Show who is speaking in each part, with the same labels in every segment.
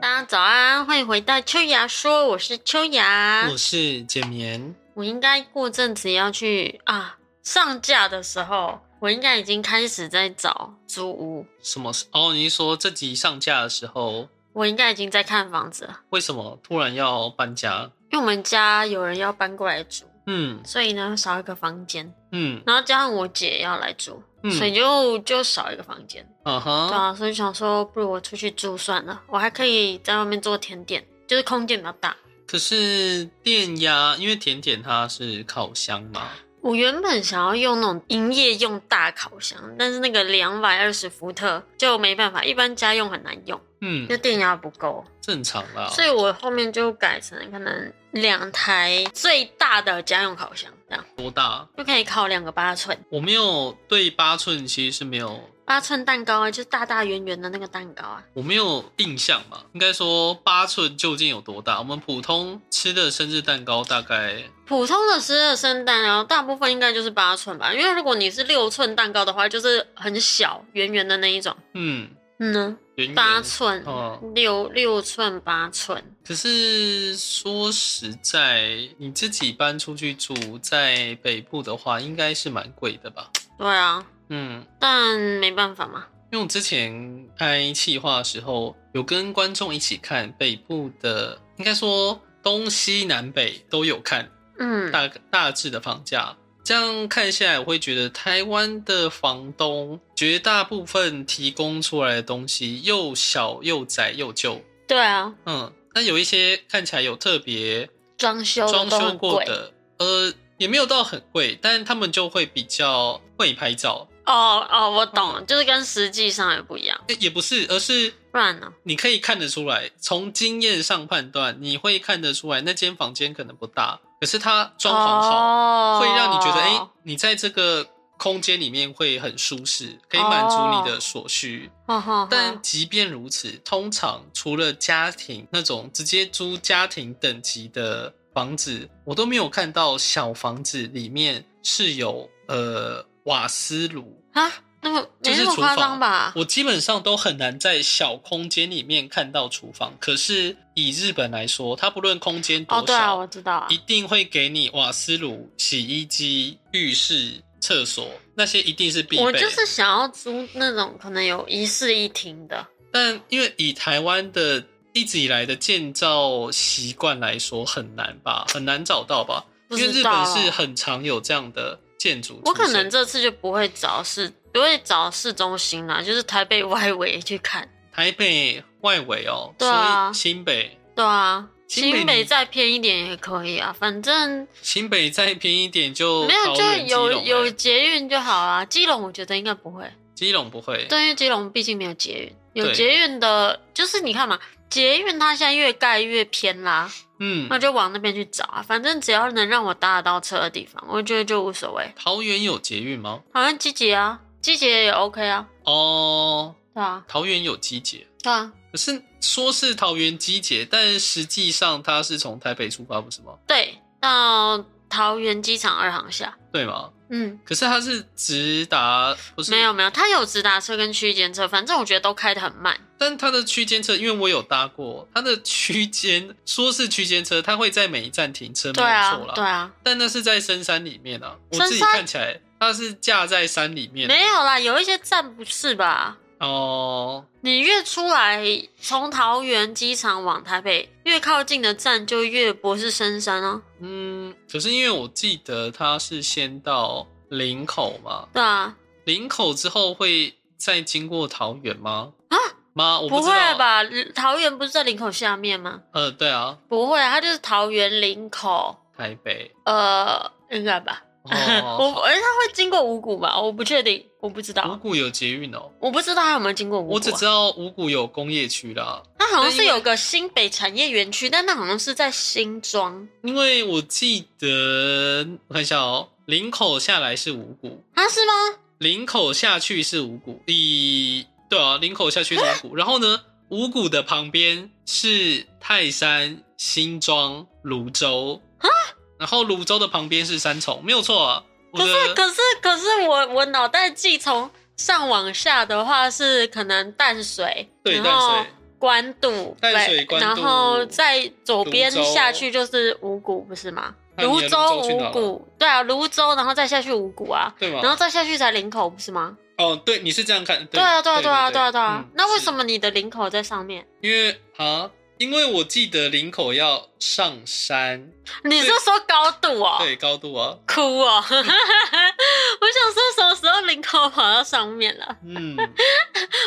Speaker 1: 大家早安，欢迎回到秋芽说，我是秋芽。
Speaker 2: 我是简棉，
Speaker 1: 我应该过阵子要去啊，上架的时候，我应该已经开始在找租屋，
Speaker 2: 什么事？哦，你是说这集上架的时候，
Speaker 1: 我应该已经在看房子了，
Speaker 2: 为什么突然要搬家？
Speaker 1: 因为我们家有人要搬过来住，
Speaker 2: 嗯
Speaker 1: 所以呢少一个房间，
Speaker 2: 嗯
Speaker 1: 然后加上我姐要来住，
Speaker 2: 嗯
Speaker 1: 所以就就少一个房间。
Speaker 2: 嗯
Speaker 1: 对
Speaker 2: 哼，
Speaker 1: 啊，所以想说，不如我出去住算了，我还可以在外面做甜点，就是空间比较大。
Speaker 2: 可是电压，因为甜点它是烤箱嘛，
Speaker 1: 我原本想要用那种营业用大烤箱，但是那个两百二十伏特就没办法，一般家用很难用，
Speaker 2: 嗯
Speaker 1: 就，电压不够，
Speaker 2: 正常啦。
Speaker 1: 所以我后面就改成可能两台最大的家用烤箱，这样
Speaker 2: 多大？
Speaker 1: 就可以烤两个八寸，
Speaker 2: 我没有对八寸其实是没有，
Speaker 1: 八寸蛋糕啊，就是大大圆圆的那个蛋糕啊，
Speaker 2: 我没有印象嘛。应该说八寸究竟有多大？我们普通吃的生日蛋糕大概，
Speaker 1: 普通的十二生蛋，然后大部分应该就是八寸吧，因为如果你是六寸蛋糕的话，就是很小圆圆的那一种。
Speaker 2: 嗯，
Speaker 1: 嗯呢，
Speaker 2: 圆圆
Speaker 1: 八寸、
Speaker 2: 哦
Speaker 1: 六六寸、八寸，
Speaker 2: 可是说实在，你自己搬出去住在北部的话，应该是蛮贵的吧？
Speaker 1: 对啊，
Speaker 2: 嗯，
Speaker 1: 但没办法嘛。
Speaker 2: 因为我之前拍企划的时候，有跟观众一起看北部的，应该说东西南北都有看
Speaker 1: 嗯，
Speaker 2: 大大致的房价。这样看下来，我会觉得台湾的房东绝大部分提供出来的东西又小又窄又旧，
Speaker 1: 对啊，
Speaker 2: 嗯，那有一些看起来有特别
Speaker 1: 装修的
Speaker 2: 装
Speaker 1: 都
Speaker 2: 修
Speaker 1: 很
Speaker 2: 过
Speaker 1: 贵
Speaker 2: 的，呃，也没有到很贵，但他们就会比较会拍照，
Speaker 1: 哦哦，我懂，就是跟实际上也不一样，
Speaker 2: 诶也不是，而是
Speaker 1: 不然呢？
Speaker 2: 你可以看得出来，从经验上判断，你会看得出来那间房间可能不大，可是它装潢好，
Speaker 1: 哦、
Speaker 2: 会让你觉得，诶，你在这个空间里面会很舒适，可以满足你的所需。
Speaker 1: 哦哦
Speaker 2: 但即便如此，通常除了家庭那种直接租家庭等级的房子，我都没有看到小房子里面是有呃瓦斯炉。
Speaker 1: 啊，那么没那
Speaker 2: 就
Speaker 1: 么
Speaker 2: 是厨
Speaker 1: 夸
Speaker 2: 房
Speaker 1: 张吧？
Speaker 2: 我基本上都很难在小空间里面看到厨房。可是以日本来说，它不论空间
Speaker 1: 哦，
Speaker 2: 多
Speaker 1: 对啊，
Speaker 2: 小，
Speaker 1: 我知道啊
Speaker 2: 一，定会给你瓦斯炉、洗衣机、浴室、厕所那些一定是必备。
Speaker 1: 我就是想要租那种可能有一室一厅的。
Speaker 2: 但因为以台湾的一直以来的建造习惯来说，很难吧，很难找到吧？
Speaker 1: 不
Speaker 2: 因
Speaker 1: 知
Speaker 2: 为日
Speaker 1: 道
Speaker 2: 本
Speaker 1: 啊
Speaker 2: 是很常有这样的建筑出现。
Speaker 1: 我可能这次就不会找市，不会找市中心啦，就是台北外围去看。
Speaker 2: 台北外围哦，
Speaker 1: 对啊
Speaker 2: 所以新北
Speaker 1: 对啊，
Speaker 2: 新北
Speaker 1: 新北再偏一点也可以啊，反正
Speaker 2: 新北再偏一点就
Speaker 1: 没有
Speaker 2: 桃
Speaker 1: 就
Speaker 2: 园
Speaker 1: 有
Speaker 2: 基隆欸
Speaker 1: 有
Speaker 2: 了
Speaker 1: 捷运就好啦。基隆我觉得应该不会，
Speaker 2: 基隆不会，
Speaker 1: 对，因为基隆毕竟没有捷运，有
Speaker 2: 对
Speaker 1: 捷运的，就是你看嘛，捷运它现在越盖越偏啦，
Speaker 2: 嗯
Speaker 1: 那，就往那边去找啊。反正只要能让我搭得到车的地方，我觉得就无所谓。
Speaker 2: 桃园有捷运吗？
Speaker 1: 好像季节啊，季节也 OK 啊，
Speaker 2: 哦，
Speaker 1: 对啊，
Speaker 2: 桃园有机捷，
Speaker 1: 对啊，
Speaker 2: 可是说是桃园机捷，但实际上它是从台北出发，不是吗？
Speaker 1: 对，到桃园机场二航下。
Speaker 2: 对吗？
Speaker 1: 嗯，
Speaker 2: 可是它是直达，不是
Speaker 1: 没有没有，它有直达车跟区间车，反正我觉得都开得很慢。
Speaker 2: 但它的区间车，因为我有搭过，它的区间说是区间车，它会在每一站停车，没
Speaker 1: 对
Speaker 2: 有
Speaker 1: 啊
Speaker 2: 错啦。，
Speaker 1: 对啊，
Speaker 2: 但那是在深山里面啊，我
Speaker 1: 深山
Speaker 2: 自己看起来它是架在山里面。啊
Speaker 1: 没有啦，有一些站不是吧？
Speaker 2: 哦，
Speaker 1: 你越出来，从桃园机场往台北，越靠近的站就越不是深山啊。
Speaker 2: 嗯，可是因为我记得它是先到林口嘛，
Speaker 1: 对啊，
Speaker 2: 林口之后会再经过桃园吗？
Speaker 1: 啊？
Speaker 2: 吗？我
Speaker 1: 不
Speaker 2: 知
Speaker 1: 会
Speaker 2: 道？
Speaker 1: 吧？桃园不是在林口下面吗？
Speaker 2: 呃，对啊，
Speaker 1: 不会啊，它就是桃园林口，
Speaker 2: 台北。
Speaker 1: 呃，应该吧。
Speaker 2: 哦，
Speaker 1: 我哎，它会经过五谷吧？我不确定，我不知
Speaker 2: 五
Speaker 1: 道，啊
Speaker 2: 股有捷运哦，
Speaker 1: 我不知道它有没有经过五谷、啊。
Speaker 2: 我只知道五股有工业区啦。
Speaker 1: 它好像
Speaker 2: 但
Speaker 1: 是
Speaker 2: 因为
Speaker 1: 有个新北产业园区，但那好像是在新庄，
Speaker 2: 因为我记得，我看一下哦，林口下来是五股，
Speaker 1: 啊，是吗？
Speaker 2: 林口下去是五股，以对啊，林口下去是 五股，然后呢，五股的旁边是泰山、新庄、泸州
Speaker 1: 啊
Speaker 2: 然后泸州的旁边是三重，没有错啊。我
Speaker 1: 可是
Speaker 2: 的
Speaker 1: 可是可是我我脑袋记从上往下的话是可能淡水，
Speaker 2: 对
Speaker 1: 然后
Speaker 2: 淡水
Speaker 1: 关渡，
Speaker 2: 淡水
Speaker 1: 对
Speaker 2: 关渡
Speaker 1: 然后再左边
Speaker 2: 泸州
Speaker 1: 下去就是五谷，不是吗？
Speaker 2: 那你
Speaker 1: 泸
Speaker 2: 的
Speaker 1: 州
Speaker 2: 泸州去哪
Speaker 1: 五
Speaker 2: 了
Speaker 1: 谷，对啊，泸州，然后再下去五谷啊，
Speaker 2: 对吗？
Speaker 1: 然后再下去才林口，不是吗？
Speaker 2: 哦，对，你是这样看，
Speaker 1: 对啊，对啊，对啊，对啊，对啊
Speaker 2: 嗯。
Speaker 1: 那为
Speaker 2: 是
Speaker 1: 什么你的林口在上面？
Speaker 2: 因为啊，因为我记得林口要上山，
Speaker 1: 你是说高度哦？
Speaker 2: 对高度啊，
Speaker 1: 哭哦！我 想说什么时候领口跑到上面了？
Speaker 2: 嗯，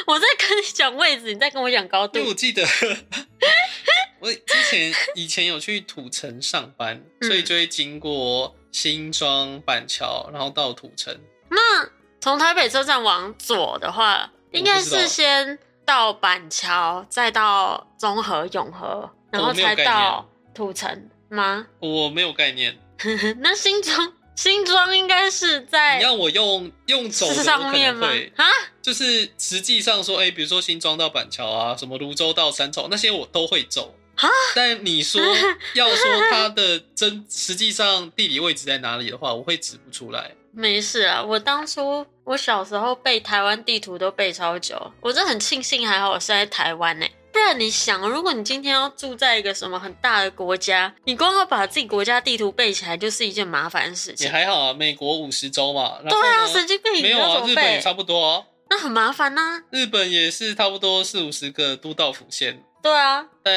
Speaker 1: 我在跟你讲位置，你在跟我讲高度
Speaker 2: 因为。我记得 我之前以前有去土城上班，
Speaker 1: 嗯
Speaker 2: 所以就会经过新庄、板桥，然后到土城。
Speaker 1: 那从台北车站往左的话，应该
Speaker 2: 我不知
Speaker 1: 是
Speaker 2: 道
Speaker 1: 先到板桥，再到中和、永和，然后
Speaker 2: 哦我没有
Speaker 1: 才
Speaker 2: 概念
Speaker 1: 到土城吗？
Speaker 2: 我没有概念，
Speaker 1: 那新庄，新庄应该是在
Speaker 2: 你要我用用走的，
Speaker 1: 是
Speaker 2: 我
Speaker 1: 上
Speaker 2: 可
Speaker 1: 面
Speaker 2: 能
Speaker 1: 吗
Speaker 2: 会？
Speaker 1: 啊，
Speaker 2: 就是实际上说，哎、比如说新庄到板桥啊，什么泸州到三重那些我都会走
Speaker 1: 哈。
Speaker 2: 但你 说要说它的真实际上地理位置在哪里的话，我会指不出来。
Speaker 1: 没事啊。我当初我小时候背台湾地图都背超久，我真的很庆幸还好我是在台湾呢、欸不然你想，如果你今天要住在一个什么很大的国家，你光要把自己国家地图背起来，就是一件麻烦的事
Speaker 2: 也
Speaker 1: 情。
Speaker 2: 还好啊，美国五十州嘛，然后
Speaker 1: 对啊，
Speaker 2: 呢
Speaker 1: 神经病，
Speaker 2: 没有
Speaker 1: 那
Speaker 2: 啊，
Speaker 1: 怎
Speaker 2: 日
Speaker 1: 么
Speaker 2: 本也
Speaker 1: 背？
Speaker 2: 差不多、哦，
Speaker 1: 那很麻烦啊呐、
Speaker 2: 日本也是差不多四五十个都道府县，
Speaker 1: 对啊，
Speaker 2: 但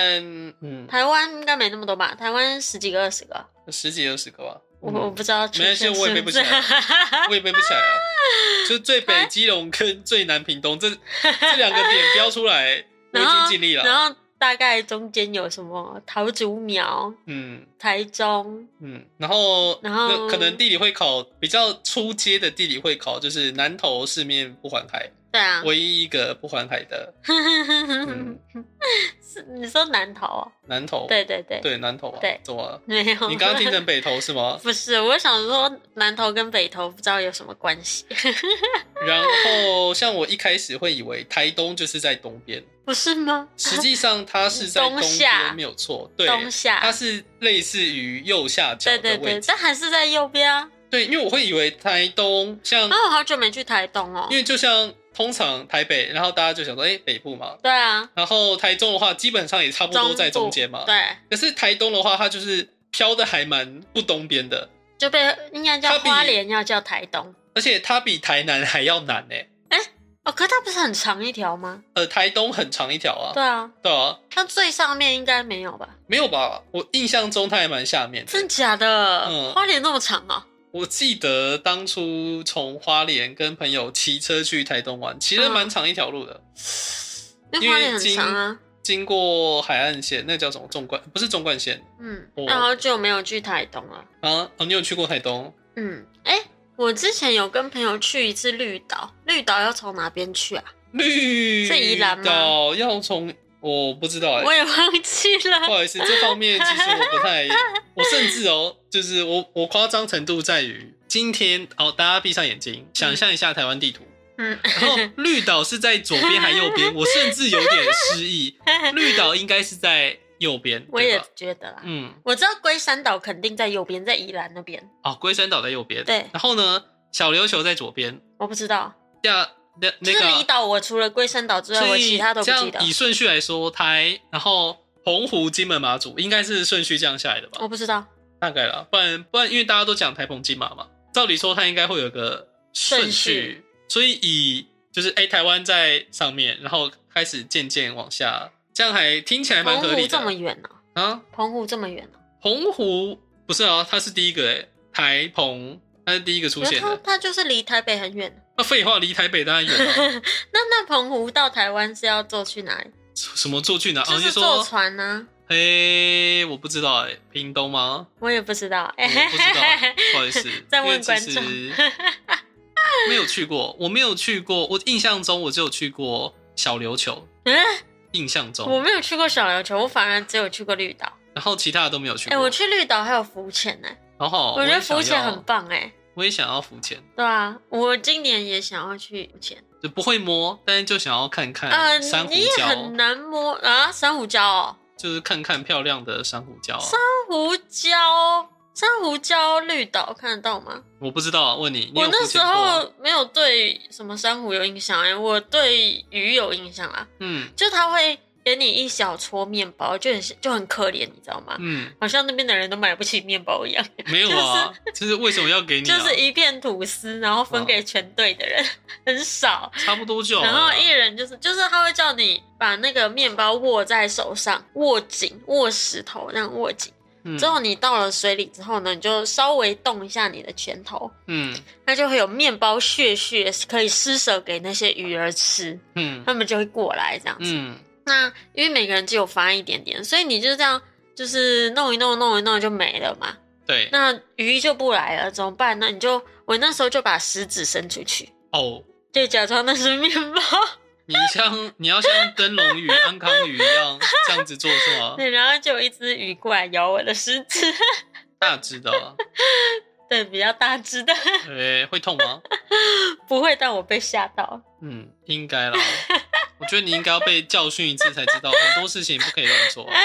Speaker 2: 嗯，
Speaker 1: 台湾应该没那么多吧？台湾十几个、二十个，
Speaker 2: 十几二十个吧。
Speaker 1: 我、我
Speaker 2: 嗯
Speaker 1: 不知道
Speaker 2: 没关
Speaker 1: 全
Speaker 2: 系
Speaker 1: 县
Speaker 2: 我也
Speaker 1: 是
Speaker 2: 背
Speaker 1: 不
Speaker 2: 不
Speaker 1: 是。
Speaker 2: 起来 我也背不起来啊，就最
Speaker 1: 啊
Speaker 2: 北基隆跟最南屏东这这两个点标出来，我已
Speaker 1: 然后
Speaker 2: 经尽力
Speaker 1: 然
Speaker 2: 了。
Speaker 1: 后大概中间有什么桃竹苗、
Speaker 2: 嗯，
Speaker 1: 台中，
Speaker 2: 嗯，然后
Speaker 1: 然后
Speaker 2: 那可能地理会考比较初阶的地理会考，就是南投四面不环海，
Speaker 1: 对啊，
Speaker 2: 唯一一个不环海的，嗯，
Speaker 1: 是你说南投哦？
Speaker 2: 南投。
Speaker 1: 对对对，
Speaker 2: 对，南投啊。
Speaker 1: 对哦
Speaker 2: 怎么了？
Speaker 1: 没有。
Speaker 2: 你刚刚 听成北投是吗？
Speaker 1: 不是，我想说南投跟北投不知道有什么关系，
Speaker 2: 然后像我一开始会以为台东就是在东边，
Speaker 1: 不是吗？
Speaker 2: 实际上它 是在
Speaker 1: 东
Speaker 2: 东
Speaker 1: 下
Speaker 2: 边，没有错。对，
Speaker 1: 东下
Speaker 2: 它，是类似于右下角
Speaker 1: 对
Speaker 2: 的
Speaker 1: 对
Speaker 2: 位
Speaker 1: 对，
Speaker 2: 置。
Speaker 1: 但还是在右边啊。
Speaker 2: 对，因为我会以为台东像
Speaker 1: 啊，，我好久没去台东哦
Speaker 2: 因。为就像通常台北，然后大家就想说，哎，北部嘛，
Speaker 1: 对啊，
Speaker 2: 然后台中的话，基本上也差不多在中间嘛。
Speaker 1: 对，
Speaker 2: 可是台东的话，它就是飘的还蛮不东边的，
Speaker 1: 就被应该叫
Speaker 2: 它比
Speaker 1: 花莲，要叫台东。
Speaker 2: 而且它比台南还要难呢、
Speaker 1: 哦，可它不是很长一条吗？
Speaker 2: 呃，台东很长一条啊，
Speaker 1: 对啊，
Speaker 2: 对啊，
Speaker 1: 它最上面应该没有吧？
Speaker 2: 没有吧？我印象中它还蛮下面
Speaker 1: 真
Speaker 2: 的。
Speaker 1: 假的？
Speaker 2: 嗯
Speaker 1: 花莲那么长啊？
Speaker 2: 我记得当初从花莲跟朋友骑车去台东玩，骑了
Speaker 1: 嗯
Speaker 2: 蛮长一条路的，
Speaker 1: 因为
Speaker 2: 因
Speaker 1: 花
Speaker 2: 为
Speaker 1: 莲很
Speaker 2: 经
Speaker 1: 长啊。
Speaker 2: 经过海岸线，那叫什么纵贯？不是纵贯线
Speaker 1: 嗯，
Speaker 2: 哦
Speaker 1: 那好久没有去台东了。
Speaker 2: 啊？哦，你有去过台东？
Speaker 1: 嗯，哎、我之前有跟朋友去一次绿岛，绿岛要从哪边去啊？
Speaker 2: 绿
Speaker 1: 是宜兰吗
Speaker 2: 岛要从我不知道哎、
Speaker 1: 我也忘记
Speaker 2: 不
Speaker 1: 了。
Speaker 2: 好意思，这方面其实我不太，我甚至哦，就是我我夸张程度在于今天哦，大家闭上眼睛，想象一下台湾地图，
Speaker 1: 嗯，
Speaker 2: 然后绿岛是在左边还右边，我甚至有点失忆，绿岛应该是在右边，
Speaker 1: 我
Speaker 2: 对
Speaker 1: 也
Speaker 2: 吧
Speaker 1: 觉得啦。
Speaker 2: 嗯，
Speaker 1: 我知道龟山岛肯定在右边，在宜兰那边，
Speaker 2: 哦，龟山岛在右边，
Speaker 1: 对
Speaker 2: 然后呢，小琉球在左边，
Speaker 1: 我不知道。
Speaker 2: 下那那
Speaker 1: 就是离
Speaker 2: 个，
Speaker 1: 岛，我除了龟山岛之外，
Speaker 2: 所
Speaker 1: 我
Speaker 2: 以
Speaker 1: 其他都不
Speaker 2: 这
Speaker 1: 记
Speaker 2: 样
Speaker 1: 得。
Speaker 2: 以顺序来说，台，然后澎湖、金门、马祖，应该是顺序这样下来的吧？
Speaker 1: 我不知道
Speaker 2: 大概啦，不然不然，因为大家都讲台澎金马嘛，照理说它应该会有个顺
Speaker 1: 顺序
Speaker 2: 序，所以以就是哎、诶台湾在上面，然后开始渐渐往下，这样还听起来蛮
Speaker 1: 澎
Speaker 2: 合
Speaker 1: 湖
Speaker 2: 理
Speaker 1: 这么
Speaker 2: 的
Speaker 1: 远呢、
Speaker 2: 啊。
Speaker 1: 澎湖这么远呢、
Speaker 2: 澎湖不是啊，它是第一个哎、诶台澎它是第一个出
Speaker 1: 可是
Speaker 2: 现
Speaker 1: 它
Speaker 2: 的。
Speaker 1: 它就是离台北很远。
Speaker 2: 那废话，离台北当然远啊了、
Speaker 1: 那那澎湖到台湾是要坐去哪里？
Speaker 2: 什么坐去哪？
Speaker 1: 就
Speaker 2: 哦，
Speaker 1: 是
Speaker 2: 你
Speaker 1: 坐
Speaker 2: 说
Speaker 1: 船呢、
Speaker 2: 哎、我不知道哎、诶屏东吗？
Speaker 1: 我也不知道。，
Speaker 2: 我不知道，欸啊不好意思
Speaker 1: 再
Speaker 2: 因为
Speaker 1: 问
Speaker 2: 其
Speaker 1: 观众
Speaker 2: 实没有去过，我没有去过，我印象中我只有去过小琉球，
Speaker 1: 嗯，
Speaker 2: 印象
Speaker 1: 我
Speaker 2: 中，
Speaker 1: 没有去过小琉球，我反而只有去过绿岛。
Speaker 2: 然后其他的都没有去
Speaker 1: 哎、
Speaker 2: 过。
Speaker 1: 我去绿岛还有浮潜呢、
Speaker 2: 然后
Speaker 1: 我觉得
Speaker 2: 也想
Speaker 1: 浮潜
Speaker 2: 要
Speaker 1: 很，棒哎、
Speaker 2: 我也想要浮潜，
Speaker 1: 对啊，我今年也想要去浮潜。
Speaker 2: 就不会摸，但是就想要看
Speaker 1: 呃，
Speaker 2: 看哎珊瑚
Speaker 1: 你也很
Speaker 2: 礁，
Speaker 1: 难摸啊，珊瑚礁、哦，
Speaker 2: 就是看看漂亮的珊瑚礁啊。
Speaker 1: 珊瑚礁，珊瑚礁绿岛看得到吗？
Speaker 2: 我不知道啊，问你，你
Speaker 1: 我
Speaker 2: 有
Speaker 1: 那
Speaker 2: 浮
Speaker 1: 时
Speaker 2: 潜过啊？
Speaker 1: 候没有对什么珊瑚有印象哎、我对鱼有印象啊，
Speaker 2: 嗯，
Speaker 1: 就它会。给你一小撮面包，就很就很可怜，你知道吗？
Speaker 2: 嗯，
Speaker 1: 好像那边的人都买不起面包一样，
Speaker 2: 没有啊，就是为什么要哦给你、
Speaker 1: 就
Speaker 2: 啊？
Speaker 1: 是一片吐司，然后分给全队的人，很少。
Speaker 2: 差不多就好
Speaker 1: 然后
Speaker 2: 了。
Speaker 1: 一人就是就是他会叫你把那个面包握在手上，握紧，握石头这样握紧。
Speaker 2: 嗯
Speaker 1: 之后你到了水里之后呢，你就稍微动一下你的拳头，
Speaker 2: 嗯
Speaker 1: 它就会有面包屑屑可以施舍给那些鱼儿吃，
Speaker 2: 嗯
Speaker 1: 它们就会过来这样子。
Speaker 2: 嗯
Speaker 1: 那因为每个人只有发一点点，所以你就这样就是弄一弄弄一弄就没了嘛。
Speaker 2: 对。
Speaker 1: 那鱼就不来了，怎么办呢？你就我那时候就把食指伸出去，
Speaker 2: 哦，
Speaker 1: 就假装那是面包，
Speaker 2: 你像你要像灯笼鱼、安康鱼一样这样子做是吗？
Speaker 1: 对，然后就有一只鱼过来咬我的食指，
Speaker 2: 大只的、啊，
Speaker 1: 对，比较大只的，
Speaker 2: 诶、会痛吗？
Speaker 1: 不会，但我被吓到。
Speaker 2: 嗯，应该啦。我觉得你应该要被教训一次才知道，很多事情不可以乱做。啊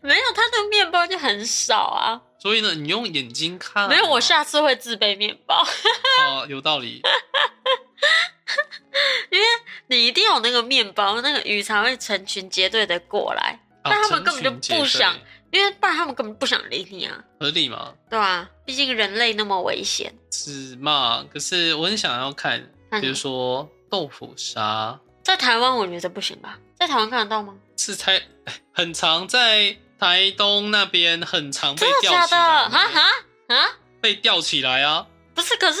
Speaker 1: 没有，它的面包就很少啊。
Speaker 2: 所以呢，你用眼睛看。啊
Speaker 1: 没有，我啊下次会自备面包。
Speaker 2: 哦，有道理。
Speaker 1: 你一定有那个面包，那个鱼才会成群结队的过来，
Speaker 2: 啊
Speaker 1: 但他们根本就
Speaker 2: 成群结队
Speaker 1: 不想因为不然他们根本不想理你啊，
Speaker 2: 合理吗？
Speaker 1: 对吧、毕竟人类那么危险。
Speaker 2: 是嘛？可是我很想要看，
Speaker 1: 那
Speaker 2: 比
Speaker 1: 你
Speaker 2: 如说豆腐沙，
Speaker 1: 在台湾我觉得不行吧？在台湾看得到吗？
Speaker 2: 是台很常在台东那边很常被
Speaker 1: 真的
Speaker 2: 吊
Speaker 1: 假
Speaker 2: 起
Speaker 1: 的？
Speaker 2: 来，
Speaker 1: 啊哈啊！
Speaker 2: 被吊起来啊！
Speaker 1: 不是，可是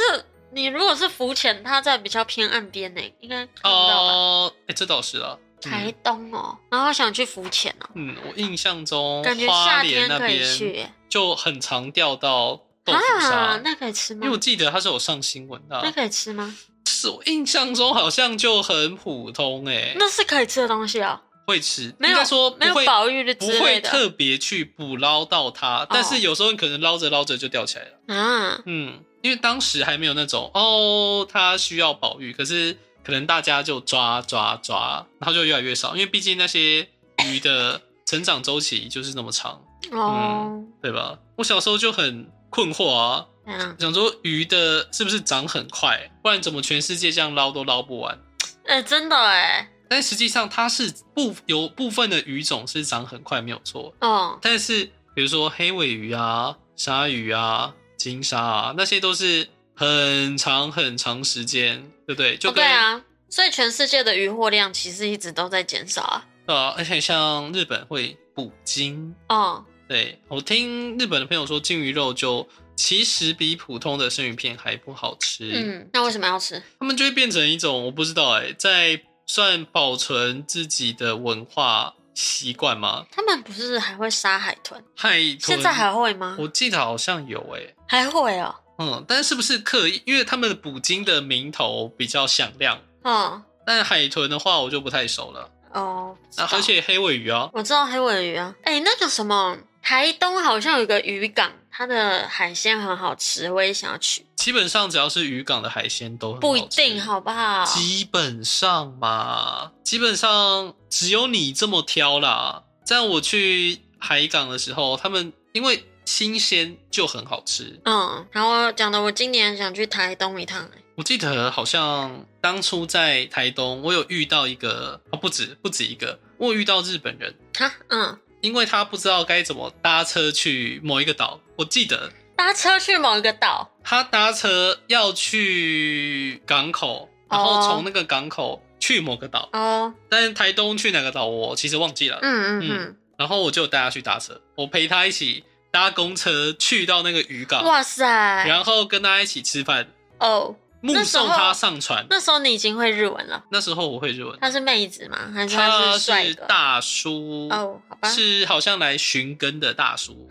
Speaker 1: 你如果是浮潜，它在比较偏岸边呢，应该看不到吧？
Speaker 2: 哦，哎、这倒是啊。
Speaker 1: 台
Speaker 2: 嗯
Speaker 1: 东哦，然后想去浮潜哦，
Speaker 2: 嗯，我印象中
Speaker 1: 感觉
Speaker 2: 花
Speaker 1: 夏
Speaker 2: 莲
Speaker 1: 天
Speaker 2: 那
Speaker 1: 可以
Speaker 2: 边
Speaker 1: 去
Speaker 2: 就很常钓到豆腐
Speaker 1: 啊
Speaker 2: 鲨，，
Speaker 1: 那可以吃
Speaker 2: 因
Speaker 1: 吗
Speaker 2: 为我？记得它是有上新闻的啊、
Speaker 1: 那可以吃吗？
Speaker 2: 是我印象中好像就很普通哎、
Speaker 1: 那是可以吃的东西哦，
Speaker 2: 会吃，
Speaker 1: 没
Speaker 2: 应
Speaker 1: 有
Speaker 2: 该说
Speaker 1: 没
Speaker 2: 不
Speaker 1: 有
Speaker 2: 会
Speaker 1: 保育的
Speaker 2: 不
Speaker 1: 之类
Speaker 2: 会
Speaker 1: 的哦
Speaker 2: 特别去捕捞到它，但是有时候你可能捞着捞着就钓起来了。
Speaker 1: 啊。
Speaker 2: 嗯，因为当时还没有那种哦，它需要保育，可是可能大家就抓抓抓，然后就越来越少，因为毕竟那些鱼的成长周期就是那么长，
Speaker 1: 哦，
Speaker 2: 对吧？我小时候就很困惑啊，
Speaker 1: 这样，
Speaker 2: 想说鱼的是不是长很快，不然怎么全世界这样捞都捞不完？
Speaker 1: 哎，真的哎，
Speaker 2: 但实际上它是部有部分的鱼种是长很快没有错，
Speaker 1: 哦，
Speaker 2: 但是比如说黑尾鱼啊、鲨鱼啊、金鲨啊，那些都是很长很长时间，对不对？就
Speaker 1: 哦对
Speaker 2: 跟、
Speaker 1: 啊，所以全世界的渔获量其实一直都在减少啊。
Speaker 2: 呃，而且像日本会捕鲸，
Speaker 1: 哦，
Speaker 2: 对我听日本的朋友说，鲸鱼肉就其实比普通的生鱼片还不好吃，
Speaker 1: 嗯，那为什么要吃？
Speaker 2: 他们就会变成一种我不知道哎、在算保存自己的文化习惯吗？
Speaker 1: 他们不是还会杀海豚？
Speaker 2: 海豚
Speaker 1: 现在还会吗？
Speaker 2: 我记得好像有哎、
Speaker 1: 还会哦，
Speaker 2: 嗯，但是不是刻意？因为他们的捕鲸的名头比较响亮，
Speaker 1: 哦
Speaker 2: 但海豚的话我就不太熟了。
Speaker 1: 哦，不知
Speaker 2: 啊
Speaker 1: 道，
Speaker 2: 而且黑尾鱼啊，
Speaker 1: 我知道黑尾鱼啊，哎、那个什么台东好像有一个渔港，它的海鲜很好吃，我也想要去，
Speaker 2: 基本上只要是渔港的海鲜都很
Speaker 1: 不一
Speaker 2: 好吃
Speaker 1: 定好不好？
Speaker 2: 基本上嘛，基本上只有你这么挑啦。但我去海港的时候，他们因为新鲜就很好吃。
Speaker 1: 嗯，然后讲的我今年想去台东一趟、哎
Speaker 2: 我记得好像当初在台东，我有遇到一个哦，不止不止一个，我有遇到日本人。
Speaker 1: 哈，嗯，
Speaker 2: 因为他不知道该怎么搭车去某一个岛。我记得
Speaker 1: 搭车去某一个岛，
Speaker 2: 他搭车要去港口，然后从那个港口去某个岛，
Speaker 1: 哦，
Speaker 2: 但是台东去哪个岛我其实忘记了。
Speaker 1: 嗯嗯
Speaker 2: 嗯
Speaker 1: 嗯，
Speaker 2: 然后我就带他去搭车，我陪他一起搭公车去到那个渔港，
Speaker 1: 哇塞，
Speaker 2: 啊然后跟他一起吃饭，
Speaker 1: 哦，
Speaker 2: 目
Speaker 1: 时
Speaker 2: 送
Speaker 1: 候
Speaker 2: 他上船。
Speaker 1: 那时候你已经会日文了，
Speaker 2: 那时候我会日文，
Speaker 1: 他是妹子吗？还是
Speaker 2: 他
Speaker 1: 是帅
Speaker 2: 是
Speaker 1: 哥？
Speaker 2: 大叔，
Speaker 1: 哦，好吧，啊
Speaker 2: 是好像来寻根的大叔，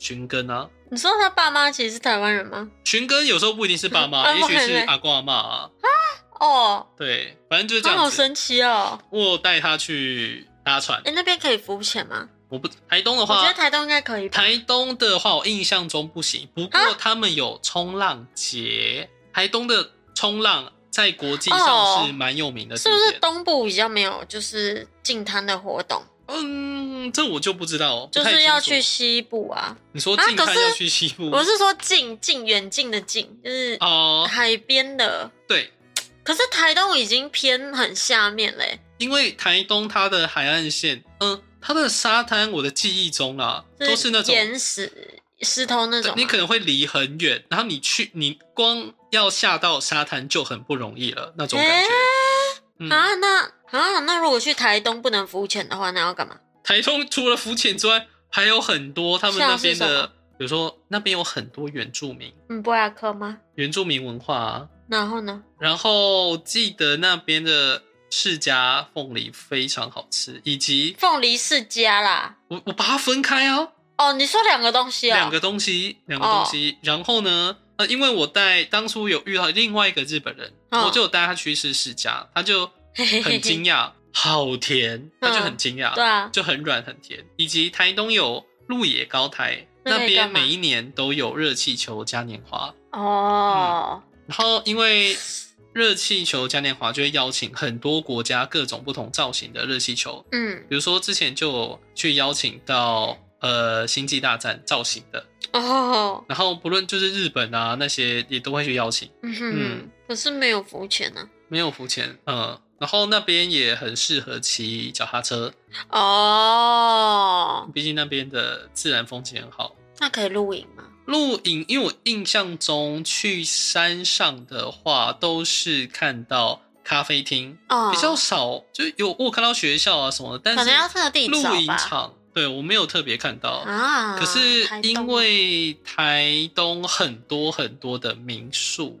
Speaker 2: 寻根啊。
Speaker 1: 你说他爸妈其实是台湾人吗？
Speaker 2: 寻根有时候不一定是爸妈，
Speaker 1: 啊
Speaker 2: 也许是
Speaker 1: 我还没
Speaker 2: 阿公阿妈、啊，
Speaker 1: 哦，
Speaker 2: 对，反正就是这
Speaker 1: 他好
Speaker 2: 样子。
Speaker 1: 神奇哦！
Speaker 2: 我带他去搭船
Speaker 1: 哎、，那边可以浮潜吗？
Speaker 2: 我不台东的
Speaker 1: 我觉
Speaker 2: 话
Speaker 1: 得，台东应该可以吧。
Speaker 2: 台东的话，我印象中不行。不
Speaker 1: 啊
Speaker 2: 过他们有冲浪节，台东的冲浪在国际
Speaker 1: 哦
Speaker 2: 上是蛮有名的地
Speaker 1: 是
Speaker 2: 点。
Speaker 1: 不是东部比较没有就是进滩的活动，
Speaker 2: 嗯，这我就不知道，
Speaker 1: 就
Speaker 2: 不太
Speaker 1: 是要
Speaker 2: 清
Speaker 1: 去
Speaker 2: 楚。
Speaker 1: 西部啊？
Speaker 2: 你说
Speaker 1: 啊
Speaker 2: 近
Speaker 1: 可
Speaker 2: 滩
Speaker 1: 是
Speaker 2: 要去西部
Speaker 1: 我是说近近远近的近，就是
Speaker 2: 哦、
Speaker 1: 海边的。
Speaker 2: 对，
Speaker 1: 可是台东已经偏很下面嘞、欸
Speaker 2: 因为台东它的海岸线，嗯，它的沙滩，我的记忆中啊，都是那种
Speaker 1: 岩石、石头那种吗。
Speaker 2: 你可能会离很远，然后你去，你光要下到沙滩就很不容易了那种感觉。嗯
Speaker 1: 啊，那啊，那如果去台东不能浮潜的话，那要干嘛？
Speaker 2: 台东除了浮潜之外，还有很多他们那
Speaker 1: 像是
Speaker 2: 边
Speaker 1: 什
Speaker 2: 的
Speaker 1: 么，
Speaker 2: 比如说那边有很多原住民，
Speaker 1: 嗯，博雅克吗？
Speaker 2: 原住民文化、啊。
Speaker 1: 然后呢？
Speaker 2: 然后记得那边的世家凤梨非常好吃，以及
Speaker 1: 凤梨世家啦。
Speaker 2: 我我把它分开啊，
Speaker 1: 哦，你说两个东西啊、哦
Speaker 2: 两 个东西，两个东西。然后呢，呃，因为我带当初有遇到另外一个日本人，
Speaker 1: 哦
Speaker 2: 我就有带他去吃世家，他就很惊
Speaker 1: 讶。
Speaker 2: 讶，好甜，他就很惊讶，
Speaker 1: 对啊，
Speaker 2: 就很软很甜。以及台东有鹿野高台，
Speaker 1: 那可
Speaker 2: 那
Speaker 1: 以
Speaker 2: 边
Speaker 1: 干嘛
Speaker 2: 每一年都有热气球嘉年华，
Speaker 1: 哦，
Speaker 2: 然后因为热气球嘉年华就会邀请很多国家各种不同造型的热气球，
Speaker 1: 嗯，
Speaker 2: 比如说之前就有去邀请到呃星际大战造型的，
Speaker 1: 哦，
Speaker 2: 然后不论就是日本啊那些也都会去邀请，
Speaker 1: 嗯
Speaker 2: 嗯
Speaker 1: 哼，可是没有浮潜啊呢、
Speaker 2: 没有浮潜，嗯，然后那边也很适合骑脚踏车，
Speaker 1: 啊。哦，
Speaker 2: 毕竟那边的自然风景很好。
Speaker 1: 那可以露营吗？
Speaker 2: 露营，因为我印象中去山上的话，都是看到咖啡厅，
Speaker 1: 哦，
Speaker 2: 比较少，就是有我有看到学校啊什么的，但
Speaker 1: 可能要
Speaker 2: 是
Speaker 1: 特地
Speaker 2: 露
Speaker 1: 找
Speaker 2: 营
Speaker 1: 吧。
Speaker 2: 场，对我没有特别看到。
Speaker 1: 啊，
Speaker 2: 可是
Speaker 1: 台东
Speaker 2: 因为台东很多很多的民宿，
Speaker 1: 哦，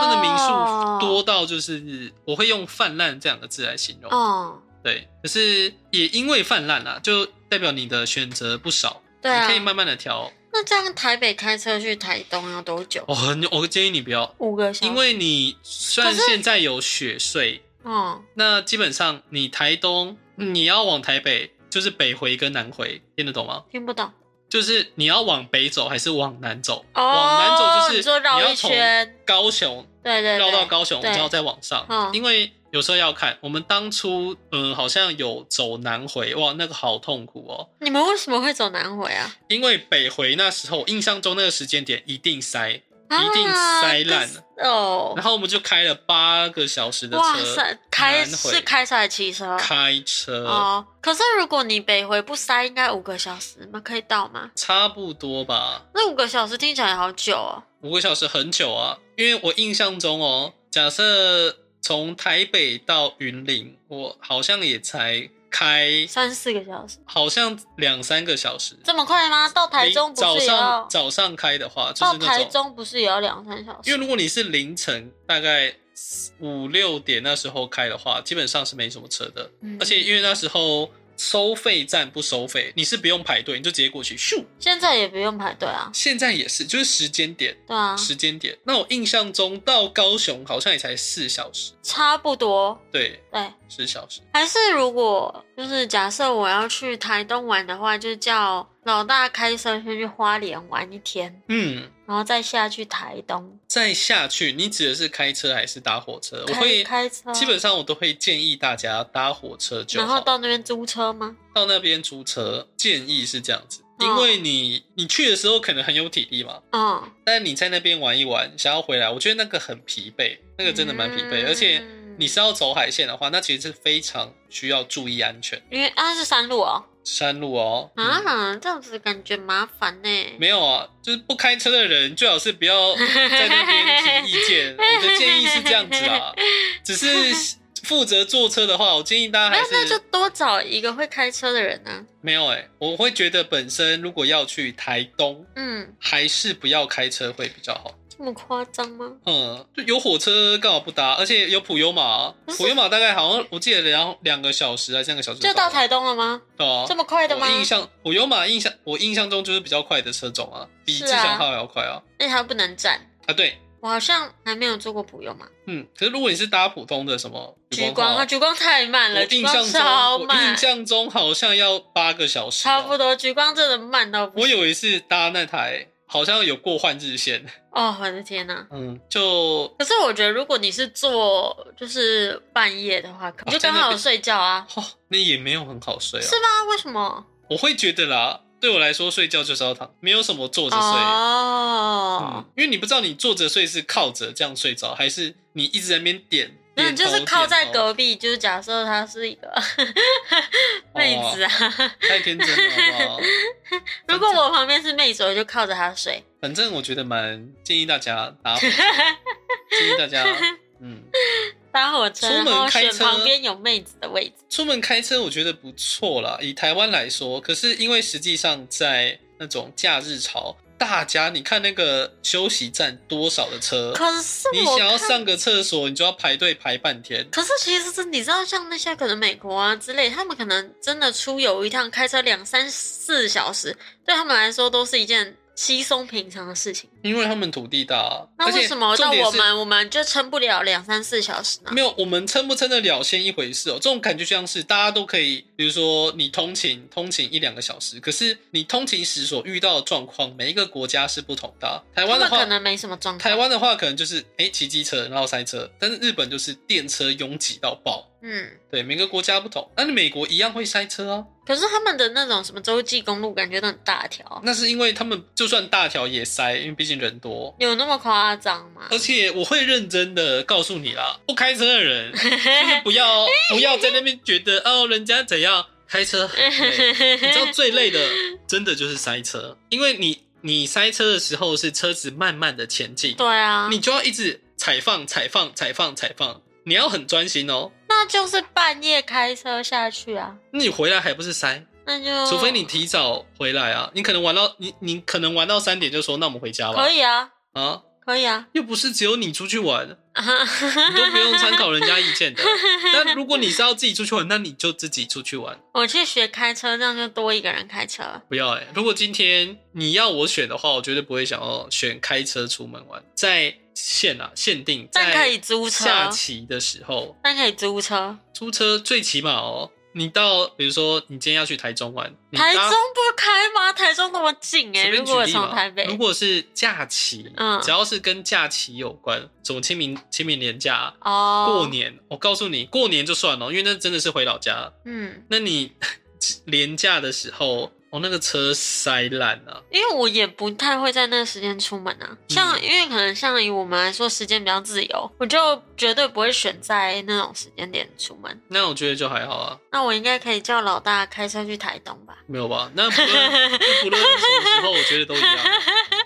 Speaker 2: 他们的民宿多到就是我会用泛滥这两个字来形容。
Speaker 1: 哦，
Speaker 2: 对，可是也因为泛滥啦，就代表你的选择不少，
Speaker 1: 对啊
Speaker 2: 你可以慢慢的调。
Speaker 1: 那这样台北开车去台东要多久？
Speaker 2: 我很我建议你不要，
Speaker 1: 五个小时。
Speaker 2: 哦因为你虽然
Speaker 1: 可是
Speaker 2: 现在有雪隧，
Speaker 1: 哦，
Speaker 2: 那基本上你台东
Speaker 1: 嗯
Speaker 2: 你要往台北，就是北回跟南回，听得懂吗？
Speaker 1: 听不懂。
Speaker 2: 就是你要往北走还是往南走？
Speaker 1: 哦
Speaker 2: 往南走就是
Speaker 1: 你说绕一
Speaker 2: 你要从
Speaker 1: 圈
Speaker 2: 高雄
Speaker 1: 对对对，
Speaker 2: 绕到高雄，
Speaker 1: 对
Speaker 2: 然后再往上
Speaker 1: 嗯。
Speaker 2: 因为有时候要看，我们当初嗯好像有走南回，哇，那个好痛苦哦。
Speaker 1: 你们为什么会走南回啊？
Speaker 2: 因为北回那时候，我印象中那个时间点一定塞，
Speaker 1: 啊
Speaker 2: 一定塞烂
Speaker 1: 可
Speaker 2: 了。
Speaker 1: 是哦
Speaker 2: 然。后我们就开了八个小时的
Speaker 1: 哇
Speaker 2: 车，
Speaker 1: 塞，开
Speaker 2: 南回
Speaker 1: 是开车还是骑车？
Speaker 2: 开车、
Speaker 1: 哦，可是如果你北回不塞，应该五个小时吗？可以到吗？
Speaker 2: 差不多吧，
Speaker 1: 那五个小时听起来好久哦。
Speaker 2: 五个小时很久啊。因为我印象中哦，假设从台北到云林，我好像也才开
Speaker 1: 三四个小时，
Speaker 2: 好像两三个小时。
Speaker 1: 这么快吗？到台中
Speaker 2: 你
Speaker 1: 不
Speaker 2: 早
Speaker 1: 是也
Speaker 2: 上
Speaker 1: 要？
Speaker 2: 早上开的话，就
Speaker 1: 到
Speaker 2: 是那
Speaker 1: 台
Speaker 2: 种，
Speaker 1: 中不是也要两三小
Speaker 2: 因
Speaker 1: 时？
Speaker 2: 为如果你是凌晨大概五六点那时候开的话，基本上是没什么车的。
Speaker 1: 嗯
Speaker 2: 而且因为那时候收费站不收费，你是不用排队，你就直接过去。咻，
Speaker 1: 现在也不用排队啊。
Speaker 2: 现在也是，就是时间点，
Speaker 1: 对啊，
Speaker 2: 时间点。那我印象中到高雄好像也才四小时，
Speaker 1: 差不多。
Speaker 2: 对，
Speaker 1: 对，
Speaker 2: 四小时。
Speaker 1: 还是如果就是假设我要去台东玩的话，就叫老大开车先去花莲玩一天，
Speaker 2: 嗯，
Speaker 1: 然后再下去台东。
Speaker 2: 再下去，你指的是开车还是搭火车？我
Speaker 1: 开
Speaker 2: 会
Speaker 1: 开车，
Speaker 2: 基本上我都会建议大家搭火车就
Speaker 1: 然
Speaker 2: 好，
Speaker 1: 后到那边租车吗？
Speaker 2: 到那边租车，建议是这样子，
Speaker 1: 哦
Speaker 2: 因为你你去的时候可能很有体力嘛，
Speaker 1: 嗯，
Speaker 2: 但你在那边玩一玩，想要回来，我觉得那个很疲惫，那个真的蛮疲惫，
Speaker 1: 嗯
Speaker 2: 而且你是要走海线的话，那其实是非常需要注意安全，
Speaker 1: 因为啊是山路哦
Speaker 2: 山路哦。嗯
Speaker 1: 啊，这样子感觉麻烦呢。
Speaker 2: 没有啊，就是不开车的人最好是 不要在那边提意见。我的建议是这样子 啊，只是负责坐车的话，我建议大家
Speaker 1: 没
Speaker 2: 还
Speaker 1: 有，
Speaker 2: 是
Speaker 1: 那就多找一个会开车的人啊。
Speaker 2: 没有哎、我会觉得本身如果要去台东，
Speaker 1: 嗯，
Speaker 2: 还是不要开车会比较好。
Speaker 1: 这么夸张吗？
Speaker 2: 嗯，就有火车干嘛不搭？而且有普悠玛，普悠玛大概好像我记得两两个小时还是三个小时
Speaker 1: 就到台东了吗？
Speaker 2: 对啊
Speaker 1: 这么快的吗
Speaker 2: 我？印象普悠玛印象我印象中就是比较快的车种啊，比
Speaker 1: 是
Speaker 2: 自
Speaker 1: 啊
Speaker 2: 强号还要快啊
Speaker 1: 那它不能站，
Speaker 2: 啊对，
Speaker 1: 我好像还没有做过普悠嘛。
Speaker 2: 嗯，可是如果你是搭普通的什么
Speaker 1: 橘
Speaker 2: 光
Speaker 1: 光啊，
Speaker 2: 号，
Speaker 1: 橘光太慢
Speaker 2: 我
Speaker 1: 了，
Speaker 2: 印
Speaker 1: 橘
Speaker 2: 象
Speaker 1: 光
Speaker 2: 中
Speaker 1: 超
Speaker 2: 我印
Speaker 1: 慢，
Speaker 2: 象中好像要八个小时哦、
Speaker 1: 差不多，橘光真的慢到不
Speaker 2: 我
Speaker 1: 行。
Speaker 2: 有一次搭那台好像有过换日线，
Speaker 1: 哦，我的天哪、
Speaker 2: 嗯，就
Speaker 1: 可是我觉得，如果你是坐就是半夜的话，可
Speaker 2: 哦
Speaker 1: 能就刚
Speaker 2: 真的
Speaker 1: 好
Speaker 2: 被
Speaker 1: 睡觉啊。
Speaker 2: 哦，那也没有很好睡啊
Speaker 1: 是。吗？为什么？
Speaker 2: 我会觉得啦，对我来说睡觉就是要躺，没有什么坐着睡。嗯
Speaker 1: 哦
Speaker 2: 嗯，因为你不知道你坐着睡是靠着这样睡着，还是你一直在那边点
Speaker 1: 那
Speaker 2: 点头
Speaker 1: 就是靠在
Speaker 2: 点头
Speaker 1: 隔壁，就是假设她是 一个妹子啊。
Speaker 2: 太天真了，好不好？哦
Speaker 1: 如果我旁边是妹子，我就靠着她睡。
Speaker 2: 反正我觉得蛮建议大家 打火车，建议大家，嗯，
Speaker 1: 搭火车，
Speaker 2: 出门
Speaker 1: 然后
Speaker 2: 开
Speaker 1: 选
Speaker 2: 车
Speaker 1: 旁边有妹子的位置。
Speaker 2: 出门开车我觉得不错啦。以台湾来说，可是因为实际上在那种假日潮，大家你看那个休息站多少的车，
Speaker 1: 可是
Speaker 2: 你
Speaker 1: 我
Speaker 2: 想要
Speaker 1: 看
Speaker 2: 上个厕所，你就要排队排半天。
Speaker 1: 可是其实是你知道，像那些可能美国啊之类，他们可能真的出游一趟开车两三四小时，对他们来说都是一件稀松平常的事情。
Speaker 2: 因为他们土地大啊，
Speaker 1: 那
Speaker 2: 而且
Speaker 1: 为什么到
Speaker 2: 重点
Speaker 1: 我
Speaker 2: 是
Speaker 1: 们我们就撑不了两三四小时呢？
Speaker 2: 没有，我们撑不撑得了先一回事哦。这种感觉就像是大家都可以，比如说你通勤通勤一两个小时，可是你通勤时所遇到的状况，每一个国家是不同的啊、台
Speaker 1: 他
Speaker 2: 湾的
Speaker 1: 们可
Speaker 2: 话，
Speaker 1: 能没什么状况。
Speaker 2: 台湾的话可能就是哎骑机车然后塞车，但是日本就是电车拥挤到爆。
Speaker 1: 嗯，
Speaker 2: 对，每个国家不同，那你美国一样会塞车啊。
Speaker 1: 可是他们的那种什么洲际公路，感觉都很大条，
Speaker 2: 那是因为他们就算大条也塞，因为毕竟人多。
Speaker 1: 有那么夸张吗？
Speaker 2: 而且我会认真的告诉你啦，不开车的人就是 不要不要在那边觉得哦，人家怎样开 车很累。你知道最累的，真的就是塞车，因为你你塞车的时候是车子慢慢的前进，
Speaker 1: 对啊，
Speaker 2: 你就要一直踩放踩放踩放踩放，你要很专心哦。
Speaker 1: 那就是半夜开车下去啊，
Speaker 2: 那你回来还不是塞？
Speaker 1: 那就
Speaker 2: 除非你提早回来啊，你可能玩到你你可能玩到三点就说那我们回家吧
Speaker 1: 可以啊，
Speaker 2: 啊，
Speaker 1: 可以啊，
Speaker 2: 又不是只有你出去玩，你
Speaker 1: 你
Speaker 2: 都不用 参考人家意 见的。但如果你是要自己出去玩，那你就自己出去玩，
Speaker 1: 我去学开车，这样就多一个人开车了。
Speaker 2: 不要哎、如果今天你要我选的话，我绝对不会想要选开车出门玩，在限啊限定，
Speaker 1: 但可以
Speaker 2: 在
Speaker 1: 租车，
Speaker 2: 下棋的时候
Speaker 1: 但可以租车。
Speaker 2: 租车最起码哦，你到比如说你今天要去台中玩，你搭
Speaker 1: 台中不开吗？台中那么近哎、
Speaker 2: 随
Speaker 1: 如
Speaker 2: 便举
Speaker 1: 果我
Speaker 2: 例嘛
Speaker 1: 从台北，
Speaker 2: 如果是假期，
Speaker 1: 嗯
Speaker 2: 只要是跟假期有关，什么清明清明年假、
Speaker 1: 哦，
Speaker 2: 过，年，我告诉你，过年就算了，因为那真的是回老家。
Speaker 1: 嗯，
Speaker 2: 那你 廉价的时候，哦，那个车塞烂啊了、
Speaker 1: 因为我也不太会在那个时间出门啊。
Speaker 2: 嗯
Speaker 1: 像、因为可能像以我们来说，时间比较自由，我就绝对不会选在那种时间点出门。
Speaker 2: 那我觉得就还好啊，
Speaker 1: 那我应该可以叫老大开车去台东吧？
Speaker 2: 没有吧？那不论那不论什么时候，我觉得都一样，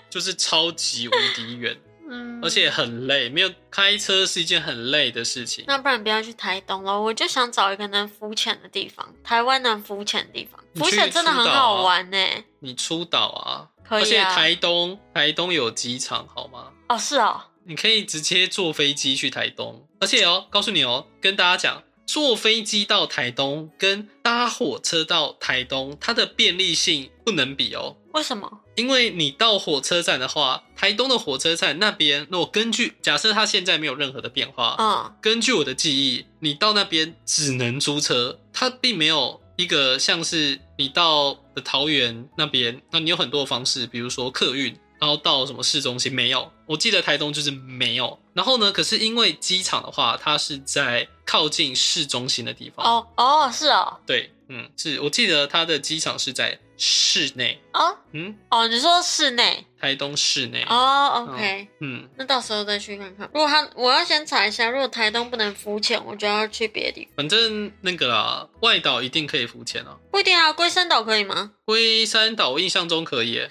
Speaker 2: 就是超级无敌远，
Speaker 1: 嗯，
Speaker 2: 而且很累。没有开车是一件很累的事情。
Speaker 1: 那不然不要去台东了，我就想找一个能浮潜的地方，台湾能浮潜的地方，
Speaker 2: 你
Speaker 1: 浮
Speaker 2: 去
Speaker 1: 潜真的很
Speaker 2: 福岛啊
Speaker 1: 好玩呢、
Speaker 2: 你出岛啊，
Speaker 1: 可
Speaker 2: 而
Speaker 1: 以
Speaker 2: 且
Speaker 1: 啊，
Speaker 2: 台东台东有机场好吗？
Speaker 1: 哦是哦，
Speaker 2: 你可以直接坐飞机去台东，而且哦，告诉你哦，跟大家讲，坐飞机到台东跟搭火车到台东，它的便利性不能比哦。
Speaker 1: 为什么？
Speaker 2: 因为你到火车站的话，台东的火车站那边，那我根据假设它现在没有任何的变化，
Speaker 1: 嗯，
Speaker 2: 根据我的记忆，你到那边只能租车，它并没有一个像是你到的桃园那边，那你有很多的方式，比如说客运，然后到什么市中心没有。我记得台东就是没有。然后呢，可是因为机场的话，它是在靠近市中心的地方。
Speaker 1: 哦哦是哦，
Speaker 2: 对，嗯，是我记得它的机场是在室内，
Speaker 1: 哦
Speaker 2: 嗯，
Speaker 1: 哦，你说室内？
Speaker 2: 台东室内，
Speaker 1: 哦，OK，、
Speaker 2: 嗯，
Speaker 1: 那到时候再去看看。如果他，我要先查一下，如果台东不能浮潜，我就要去别的地方，
Speaker 2: 反正那个啦，外岛一定可以浮潜啊。
Speaker 1: 不一定啊。龟山岛可以吗？
Speaker 2: 龟山岛我印象中可以耶，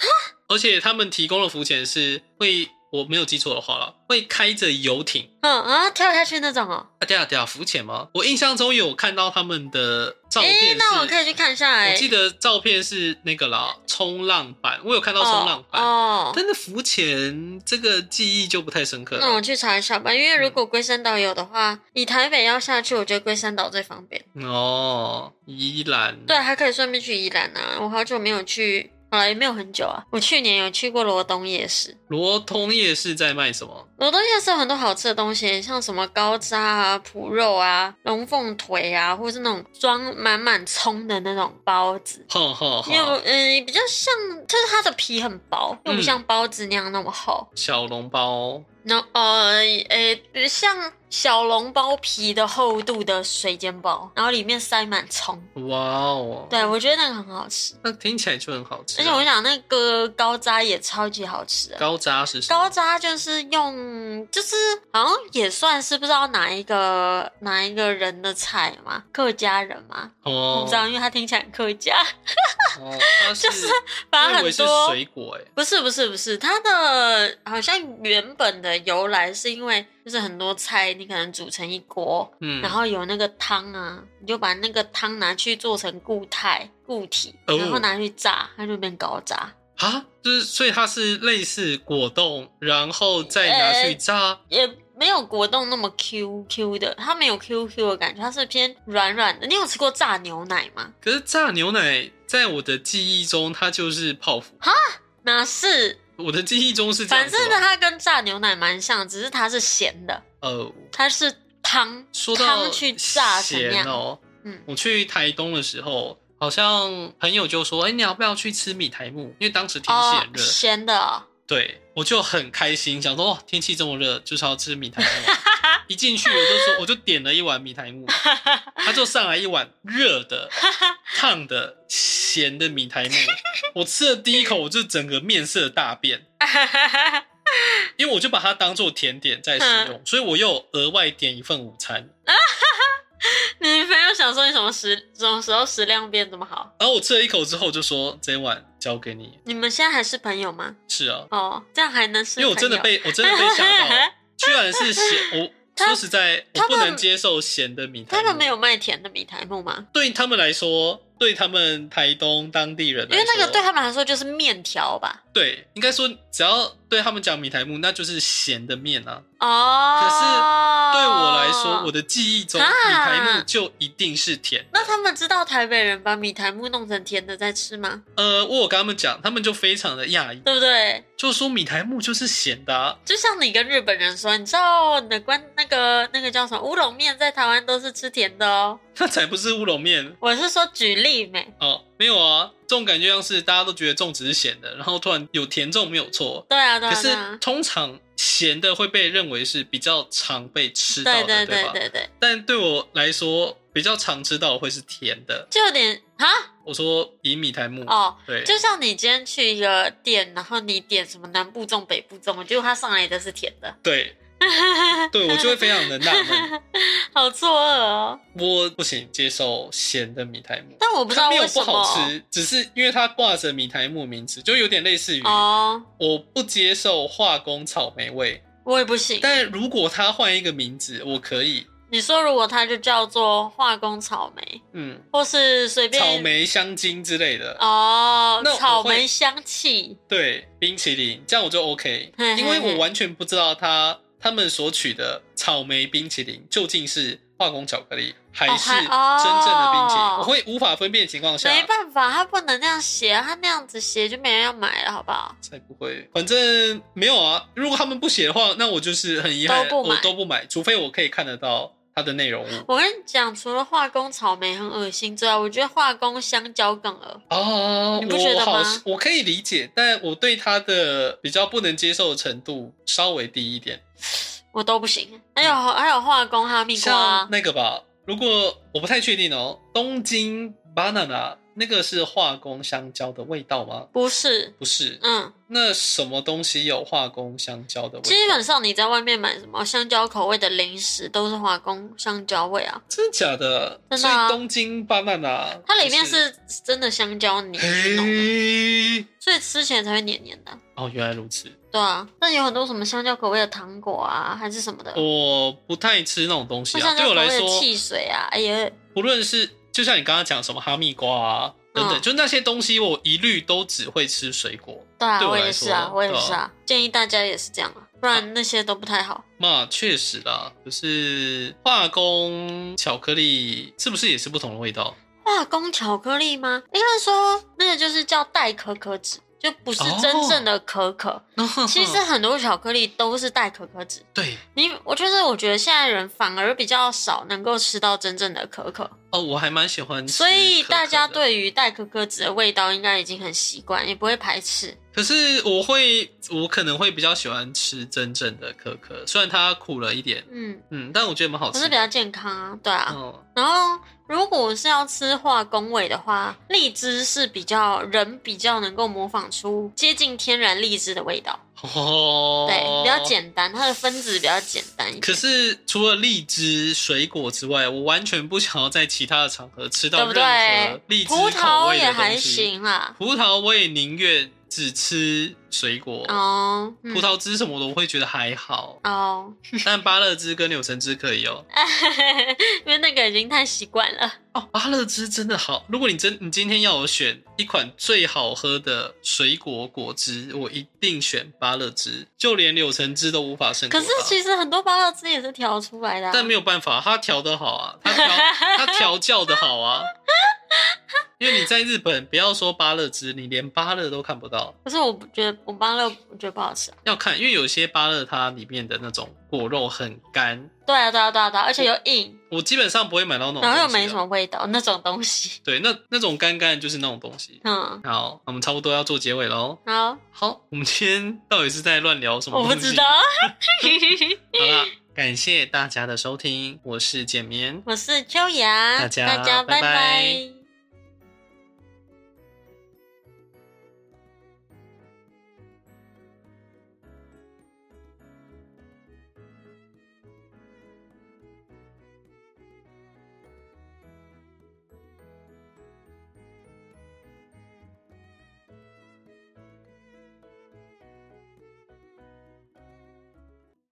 Speaker 2: 而且他们提供的浮潜是会，我没有记错的话啦，会开着游艇。
Speaker 1: 嗯啊，跳下去那种哦。
Speaker 2: 啊，对啊，对啊，浮潜吗？我印象中有看到他们的照片
Speaker 1: 诶、
Speaker 2: 是，
Speaker 1: 那我可以去看一下、欸。
Speaker 2: 我记得照片是那个啦，冲浪板，我有看到冲浪板，
Speaker 1: 哦。哦
Speaker 2: 但是浮潜这个记忆就不太深刻
Speaker 1: 那我
Speaker 2: 了。
Speaker 1: 去查一下吧，因为如果龟山岛有的话，以台北要下去，我觉得龟山岛最方便。
Speaker 2: 哦，宜兰，
Speaker 1: 嗯对，还可以顺便去宜兰啊。我好久没有去，好了，也没有很久啊。我去年有去过罗东夜市，
Speaker 2: 罗通夜市在卖什么？
Speaker 1: 罗东夜市有很多好吃的东西，像什么高渣啊、脯肉啊、龙凤腿啊，或是那种装满满葱的那种包子。
Speaker 2: 哼哼
Speaker 1: 因为
Speaker 2: 哼，
Speaker 1: 嗯，比较像，就是它的皮很薄，又不
Speaker 2: 嗯
Speaker 1: 像包子那样那么厚。
Speaker 2: 小笼包，
Speaker 1: 然后呃，诶、像小笼包皮的厚度的水煎包，然后里面塞满葱。
Speaker 2: 哇哦，
Speaker 1: 对，我觉得那个很好吃，
Speaker 2: 那听起来就很好
Speaker 1: 而
Speaker 2: 吃啊、
Speaker 1: 且我想那个高渣也超级好吃的。
Speaker 2: 高渣是什
Speaker 1: 高
Speaker 2: 么？
Speaker 1: 渣就是用，就是好像也算是不知道哪一个哪一个人的菜嘛，客家人嘛，我
Speaker 2: 哦
Speaker 1: 不知道，因为它听起来很客家，
Speaker 2: 哦，它是
Speaker 1: 就是反
Speaker 2: 我
Speaker 1: 正
Speaker 2: 以为
Speaker 1: 很
Speaker 2: 是
Speaker 1: 多
Speaker 2: 水果哎、
Speaker 1: 不是不是不是，它的好像原本的由来是因为就是很多菜你可能煮成一锅，
Speaker 2: 嗯，
Speaker 1: 然后有那个汤啊，你就把那个汤拿去做成固态固体，
Speaker 2: 哦
Speaker 1: 然后拿去炸，它就变高渣。
Speaker 2: 啊，就是所以它是类似果冻，然后再拿
Speaker 1: 呃
Speaker 2: 去炸。
Speaker 1: 也没有果冻那么 Q Q 的，它没有 Q Q 的感觉，它是偏软软的。你有吃过炸牛奶吗？
Speaker 2: 可是炸牛奶在我的记忆中，它就是泡芙。
Speaker 1: 哪是？
Speaker 2: 我的记忆中是这样
Speaker 1: 反
Speaker 2: 子
Speaker 1: 正呢，
Speaker 2: 哦。
Speaker 1: 它跟炸牛奶蛮像，只是它是咸的，
Speaker 2: 呃，
Speaker 1: 它是汤
Speaker 2: 说到
Speaker 1: 汤去炸成那
Speaker 2: 咸
Speaker 1: 样。
Speaker 2: 哦，
Speaker 1: 嗯
Speaker 2: 我去台东的时候，好像朋友就说：“哎、你要不要去吃米苔木？”因为当时天气很热，
Speaker 1: 哦咸的哦、
Speaker 2: 对我就很开心，想说：“哦，天气这么热，就是要吃米苔木。”啊 一进去我就说，我就点了一碗米苔木，他就上来一碗热 的、烫的、咸的米苔木。我吃了第一口，我就整个面色大变，因为我就把它当做甜点在使
Speaker 1: 嗯
Speaker 2: 用，所以我又额外点一份午餐。
Speaker 1: 你朋友想说你什么食什么时候食量变这么好？
Speaker 2: 然后我吃了一口之后，我就说这一碗交给你。
Speaker 1: 你们现在还是朋友吗？
Speaker 2: 是啊，
Speaker 1: 哦，这样还能是
Speaker 2: 因为我真的
Speaker 1: 朋友
Speaker 2: 被我真的被吓 到，居然是咸。我
Speaker 1: 他
Speaker 2: 说实在，我
Speaker 1: 他
Speaker 2: 不
Speaker 1: 们
Speaker 2: 能接受咸的米苔木。
Speaker 1: 他们没有卖甜的米苔木吗？
Speaker 2: 对他们来说，对他们台东当地人来
Speaker 1: 因
Speaker 2: 说，
Speaker 1: 为那个对他们来说就是面条吧。
Speaker 2: 对，应该说只要对他们讲米苔木，那就是咸的面啊。
Speaker 1: 哦，
Speaker 2: 可对我来说，我
Speaker 1: 的
Speaker 2: 的记忆中
Speaker 1: 啊
Speaker 2: 米苔木就一定是甜。
Speaker 1: 那他们知道台北人把米苔木弄成甜的再吃吗？
Speaker 2: 呃，我有跟他们讲，他们就非常的讶异，
Speaker 1: 对不对？
Speaker 2: 就说米苔木就是咸的、啊。
Speaker 1: 就像你跟日本人说，你知道你的关那个那个叫什么乌龙面在台湾都是吃甜的哦。
Speaker 2: 那才不是乌龙面
Speaker 1: 我是说举例没？
Speaker 2: 哦，没有啊，这种感觉像是大家都觉得粽子是咸的，然后突然有甜粽没有错，
Speaker 1: 对啊，对
Speaker 2: 可
Speaker 1: 啊，对
Speaker 2: 是
Speaker 1: 啊，
Speaker 2: 通常咸的会被认为是比较常被吃到
Speaker 1: 对对
Speaker 2: 的，
Speaker 1: 对
Speaker 2: 吧？
Speaker 1: 对对，
Speaker 2: 但对我来说，比较常吃到的会是甜的。
Speaker 1: 就有点啊
Speaker 2: 我说以米苔木，
Speaker 1: 哦，
Speaker 2: 对，
Speaker 1: 就像你今天去一个店，然后你点什么南部粽、北部粽，结果它上来的是甜的，
Speaker 2: 对，对我就会非常的纳闷，
Speaker 1: 好作恶哦。
Speaker 2: 我不行接受咸的米苔木，
Speaker 1: 但我不知
Speaker 2: 它
Speaker 1: 道
Speaker 2: 没有
Speaker 1: 为
Speaker 2: 不
Speaker 1: 什
Speaker 2: 好
Speaker 1: 么
Speaker 2: 吃，只是因为它挂着米苔木名字，就有点类似于
Speaker 1: 哦，
Speaker 2: 我不接受化工草莓味，
Speaker 1: 我也不行。
Speaker 2: 但如果它换一个名字，我可以，
Speaker 1: 你说如果它就叫做化工草莓，
Speaker 2: 嗯，
Speaker 1: 或是随便
Speaker 2: 草莓香精之类的，
Speaker 1: 哦
Speaker 2: 那我，
Speaker 1: 草
Speaker 2: 会
Speaker 1: 莓香气，
Speaker 2: 对，冰淇淋这样我就 OK，
Speaker 1: 嘿嘿嘿
Speaker 2: 因为我完全不知道它他们所取的草莓冰淇淋究竟是化工巧克力还是真
Speaker 1: 还哦
Speaker 2: 正的冰淇淋，我会无法分辨的情况下，
Speaker 1: 没办法，它不能那样写，它那样子写就没人要买了，好不好？
Speaker 2: 才不会，反正没有啊。如果他们不写的话，那我就是很遗憾，
Speaker 1: 都不买
Speaker 2: 我都不买，除非我可以看得到它的内容物。
Speaker 1: 我跟你讲，除了化工草莓很恶心之外，我觉得化工香蕉更恶。
Speaker 2: 哦，
Speaker 1: 你不觉得
Speaker 2: 我好
Speaker 1: 吗，
Speaker 2: 我可以理解，但我对它的比较不能接受的程度稍微低一点。
Speaker 1: 我都不行。还有、还有化工哈密
Speaker 2: 嗯像
Speaker 1: 瓜，
Speaker 2: 那个吧，如果我不太确定哦，东京 banana 那个是化工香蕉的味道吗？
Speaker 1: 不是，
Speaker 2: 不是，
Speaker 1: 嗯，
Speaker 2: 那什么东西有化工香蕉的味道？
Speaker 1: 基本上你在外面买什么香蕉口味的零食都是化工香蕉味啊，
Speaker 2: 真的假的？
Speaker 1: 真
Speaker 2: 所
Speaker 1: 的啊
Speaker 2: 以东京 banana
Speaker 1: 它里面
Speaker 2: 就是
Speaker 1: 真的香蕉泥去弄的，
Speaker 2: 嘿，
Speaker 1: 所以吃起来才会黏黏的。
Speaker 2: 哦，原来如此。
Speaker 1: 对啊，但有很多什么香蕉口味的糖果啊，还是什么的，
Speaker 2: 我不太吃那种东西
Speaker 1: 或香
Speaker 2: 啊，哦对
Speaker 1: 蕉
Speaker 2: 我
Speaker 1: 口
Speaker 2: 来
Speaker 1: 味的
Speaker 2: 说，
Speaker 1: 汽水啊，哎呀，
Speaker 2: 不论是就像你刚刚讲什么哈密瓜啊等等，
Speaker 1: 嗯
Speaker 2: 就那些东西，我一律都只会吃水果。
Speaker 1: 对啊，
Speaker 2: 对我
Speaker 1: 我
Speaker 2: 来
Speaker 1: 也是啊，
Speaker 2: 说
Speaker 1: 我也
Speaker 2: 对啊
Speaker 1: 是啊，建议大家也是这样啊，不然那些都不太好。
Speaker 2: 嘛，确实啦，就是化工巧克力是不是也是不同的味道？
Speaker 1: 化工巧克力吗？应该说那个就是叫代可可脂，就不是
Speaker 2: 哦
Speaker 1: 真正的可可。其
Speaker 2: 嗯
Speaker 1: 实很多巧克力都是代可可脂，
Speaker 2: 对
Speaker 1: 你我就是我觉得现在人反而比较少能够吃到真正的可可，
Speaker 2: 哦，我还蛮喜欢吃可可的。
Speaker 1: 所以大家对于代可可脂的味道应该已经很习惯，也不会排斥。
Speaker 2: 可可是我会，我可能会比较喜欢吃真正的可可，虽然它苦了一点，
Speaker 1: 嗯，
Speaker 2: 嗯，但我觉得蛮好
Speaker 1: 可
Speaker 2: 吃
Speaker 1: 是
Speaker 2: 的。
Speaker 1: 比较健康啊，对啊。
Speaker 2: 哦，
Speaker 1: 然后如果是要吃化工味的话，荔枝是比较人比较能够模仿出接近天然荔枝的味道，
Speaker 2: 哦，
Speaker 1: 对，比较。简单，它的分子比较简单一点。
Speaker 2: 可是除了荔枝水果之外，我完全不想要在其他的场合吃
Speaker 1: 对
Speaker 2: 到
Speaker 1: 不
Speaker 2: 任何
Speaker 1: 对？
Speaker 2: 荔枝
Speaker 1: 葡
Speaker 2: 口
Speaker 1: 萄
Speaker 2: 味
Speaker 1: 也
Speaker 2: 的
Speaker 1: 还
Speaker 2: 东西。
Speaker 1: 行啦。
Speaker 2: 葡萄我也宁愿只吃水果，
Speaker 1: 哦，嗯
Speaker 2: 葡萄汁什么的我会觉得还好，
Speaker 1: 哦，
Speaker 2: 但芭乐汁跟柳橙汁可以哦。
Speaker 1: 因为那个已经太习惯了。
Speaker 2: 哦，芭乐汁真的好。如果你真你今天要我选一款最好喝的水果果汁，我一定选芭乐汁，就连柳橙汁都无法胜过
Speaker 1: 可
Speaker 2: 它。
Speaker 1: 是其实很多芭乐汁也是调出来的啊、
Speaker 2: 但没有办法，它调的好啊，它调 它调教的好啊。因为你在日本，不要说芭乐汁，你连芭乐都看不到。
Speaker 1: 可是我不觉得我芭乐我觉得不好吃、啊。
Speaker 2: 要看，因为有些芭乐它里面的那种果肉很干，
Speaker 1: 对啊，对啊，对啊，对啊，而且又硬，
Speaker 2: 我基本上不会啊买到那种、
Speaker 1: 然后又没什么。味道那种东西。
Speaker 2: 对，那那种干干的就是那种东西。
Speaker 1: 嗯，
Speaker 2: 好，我们差不多要做结尾喽。
Speaker 1: 好，
Speaker 2: 好，我们今天到底是在乱聊什么？
Speaker 1: 我不知道。。
Speaker 2: 好啦，感谢大家的收听，我是简眠。
Speaker 1: 我是秋雅，
Speaker 2: 大家
Speaker 1: 大家
Speaker 2: 拜
Speaker 1: 拜
Speaker 2: 拜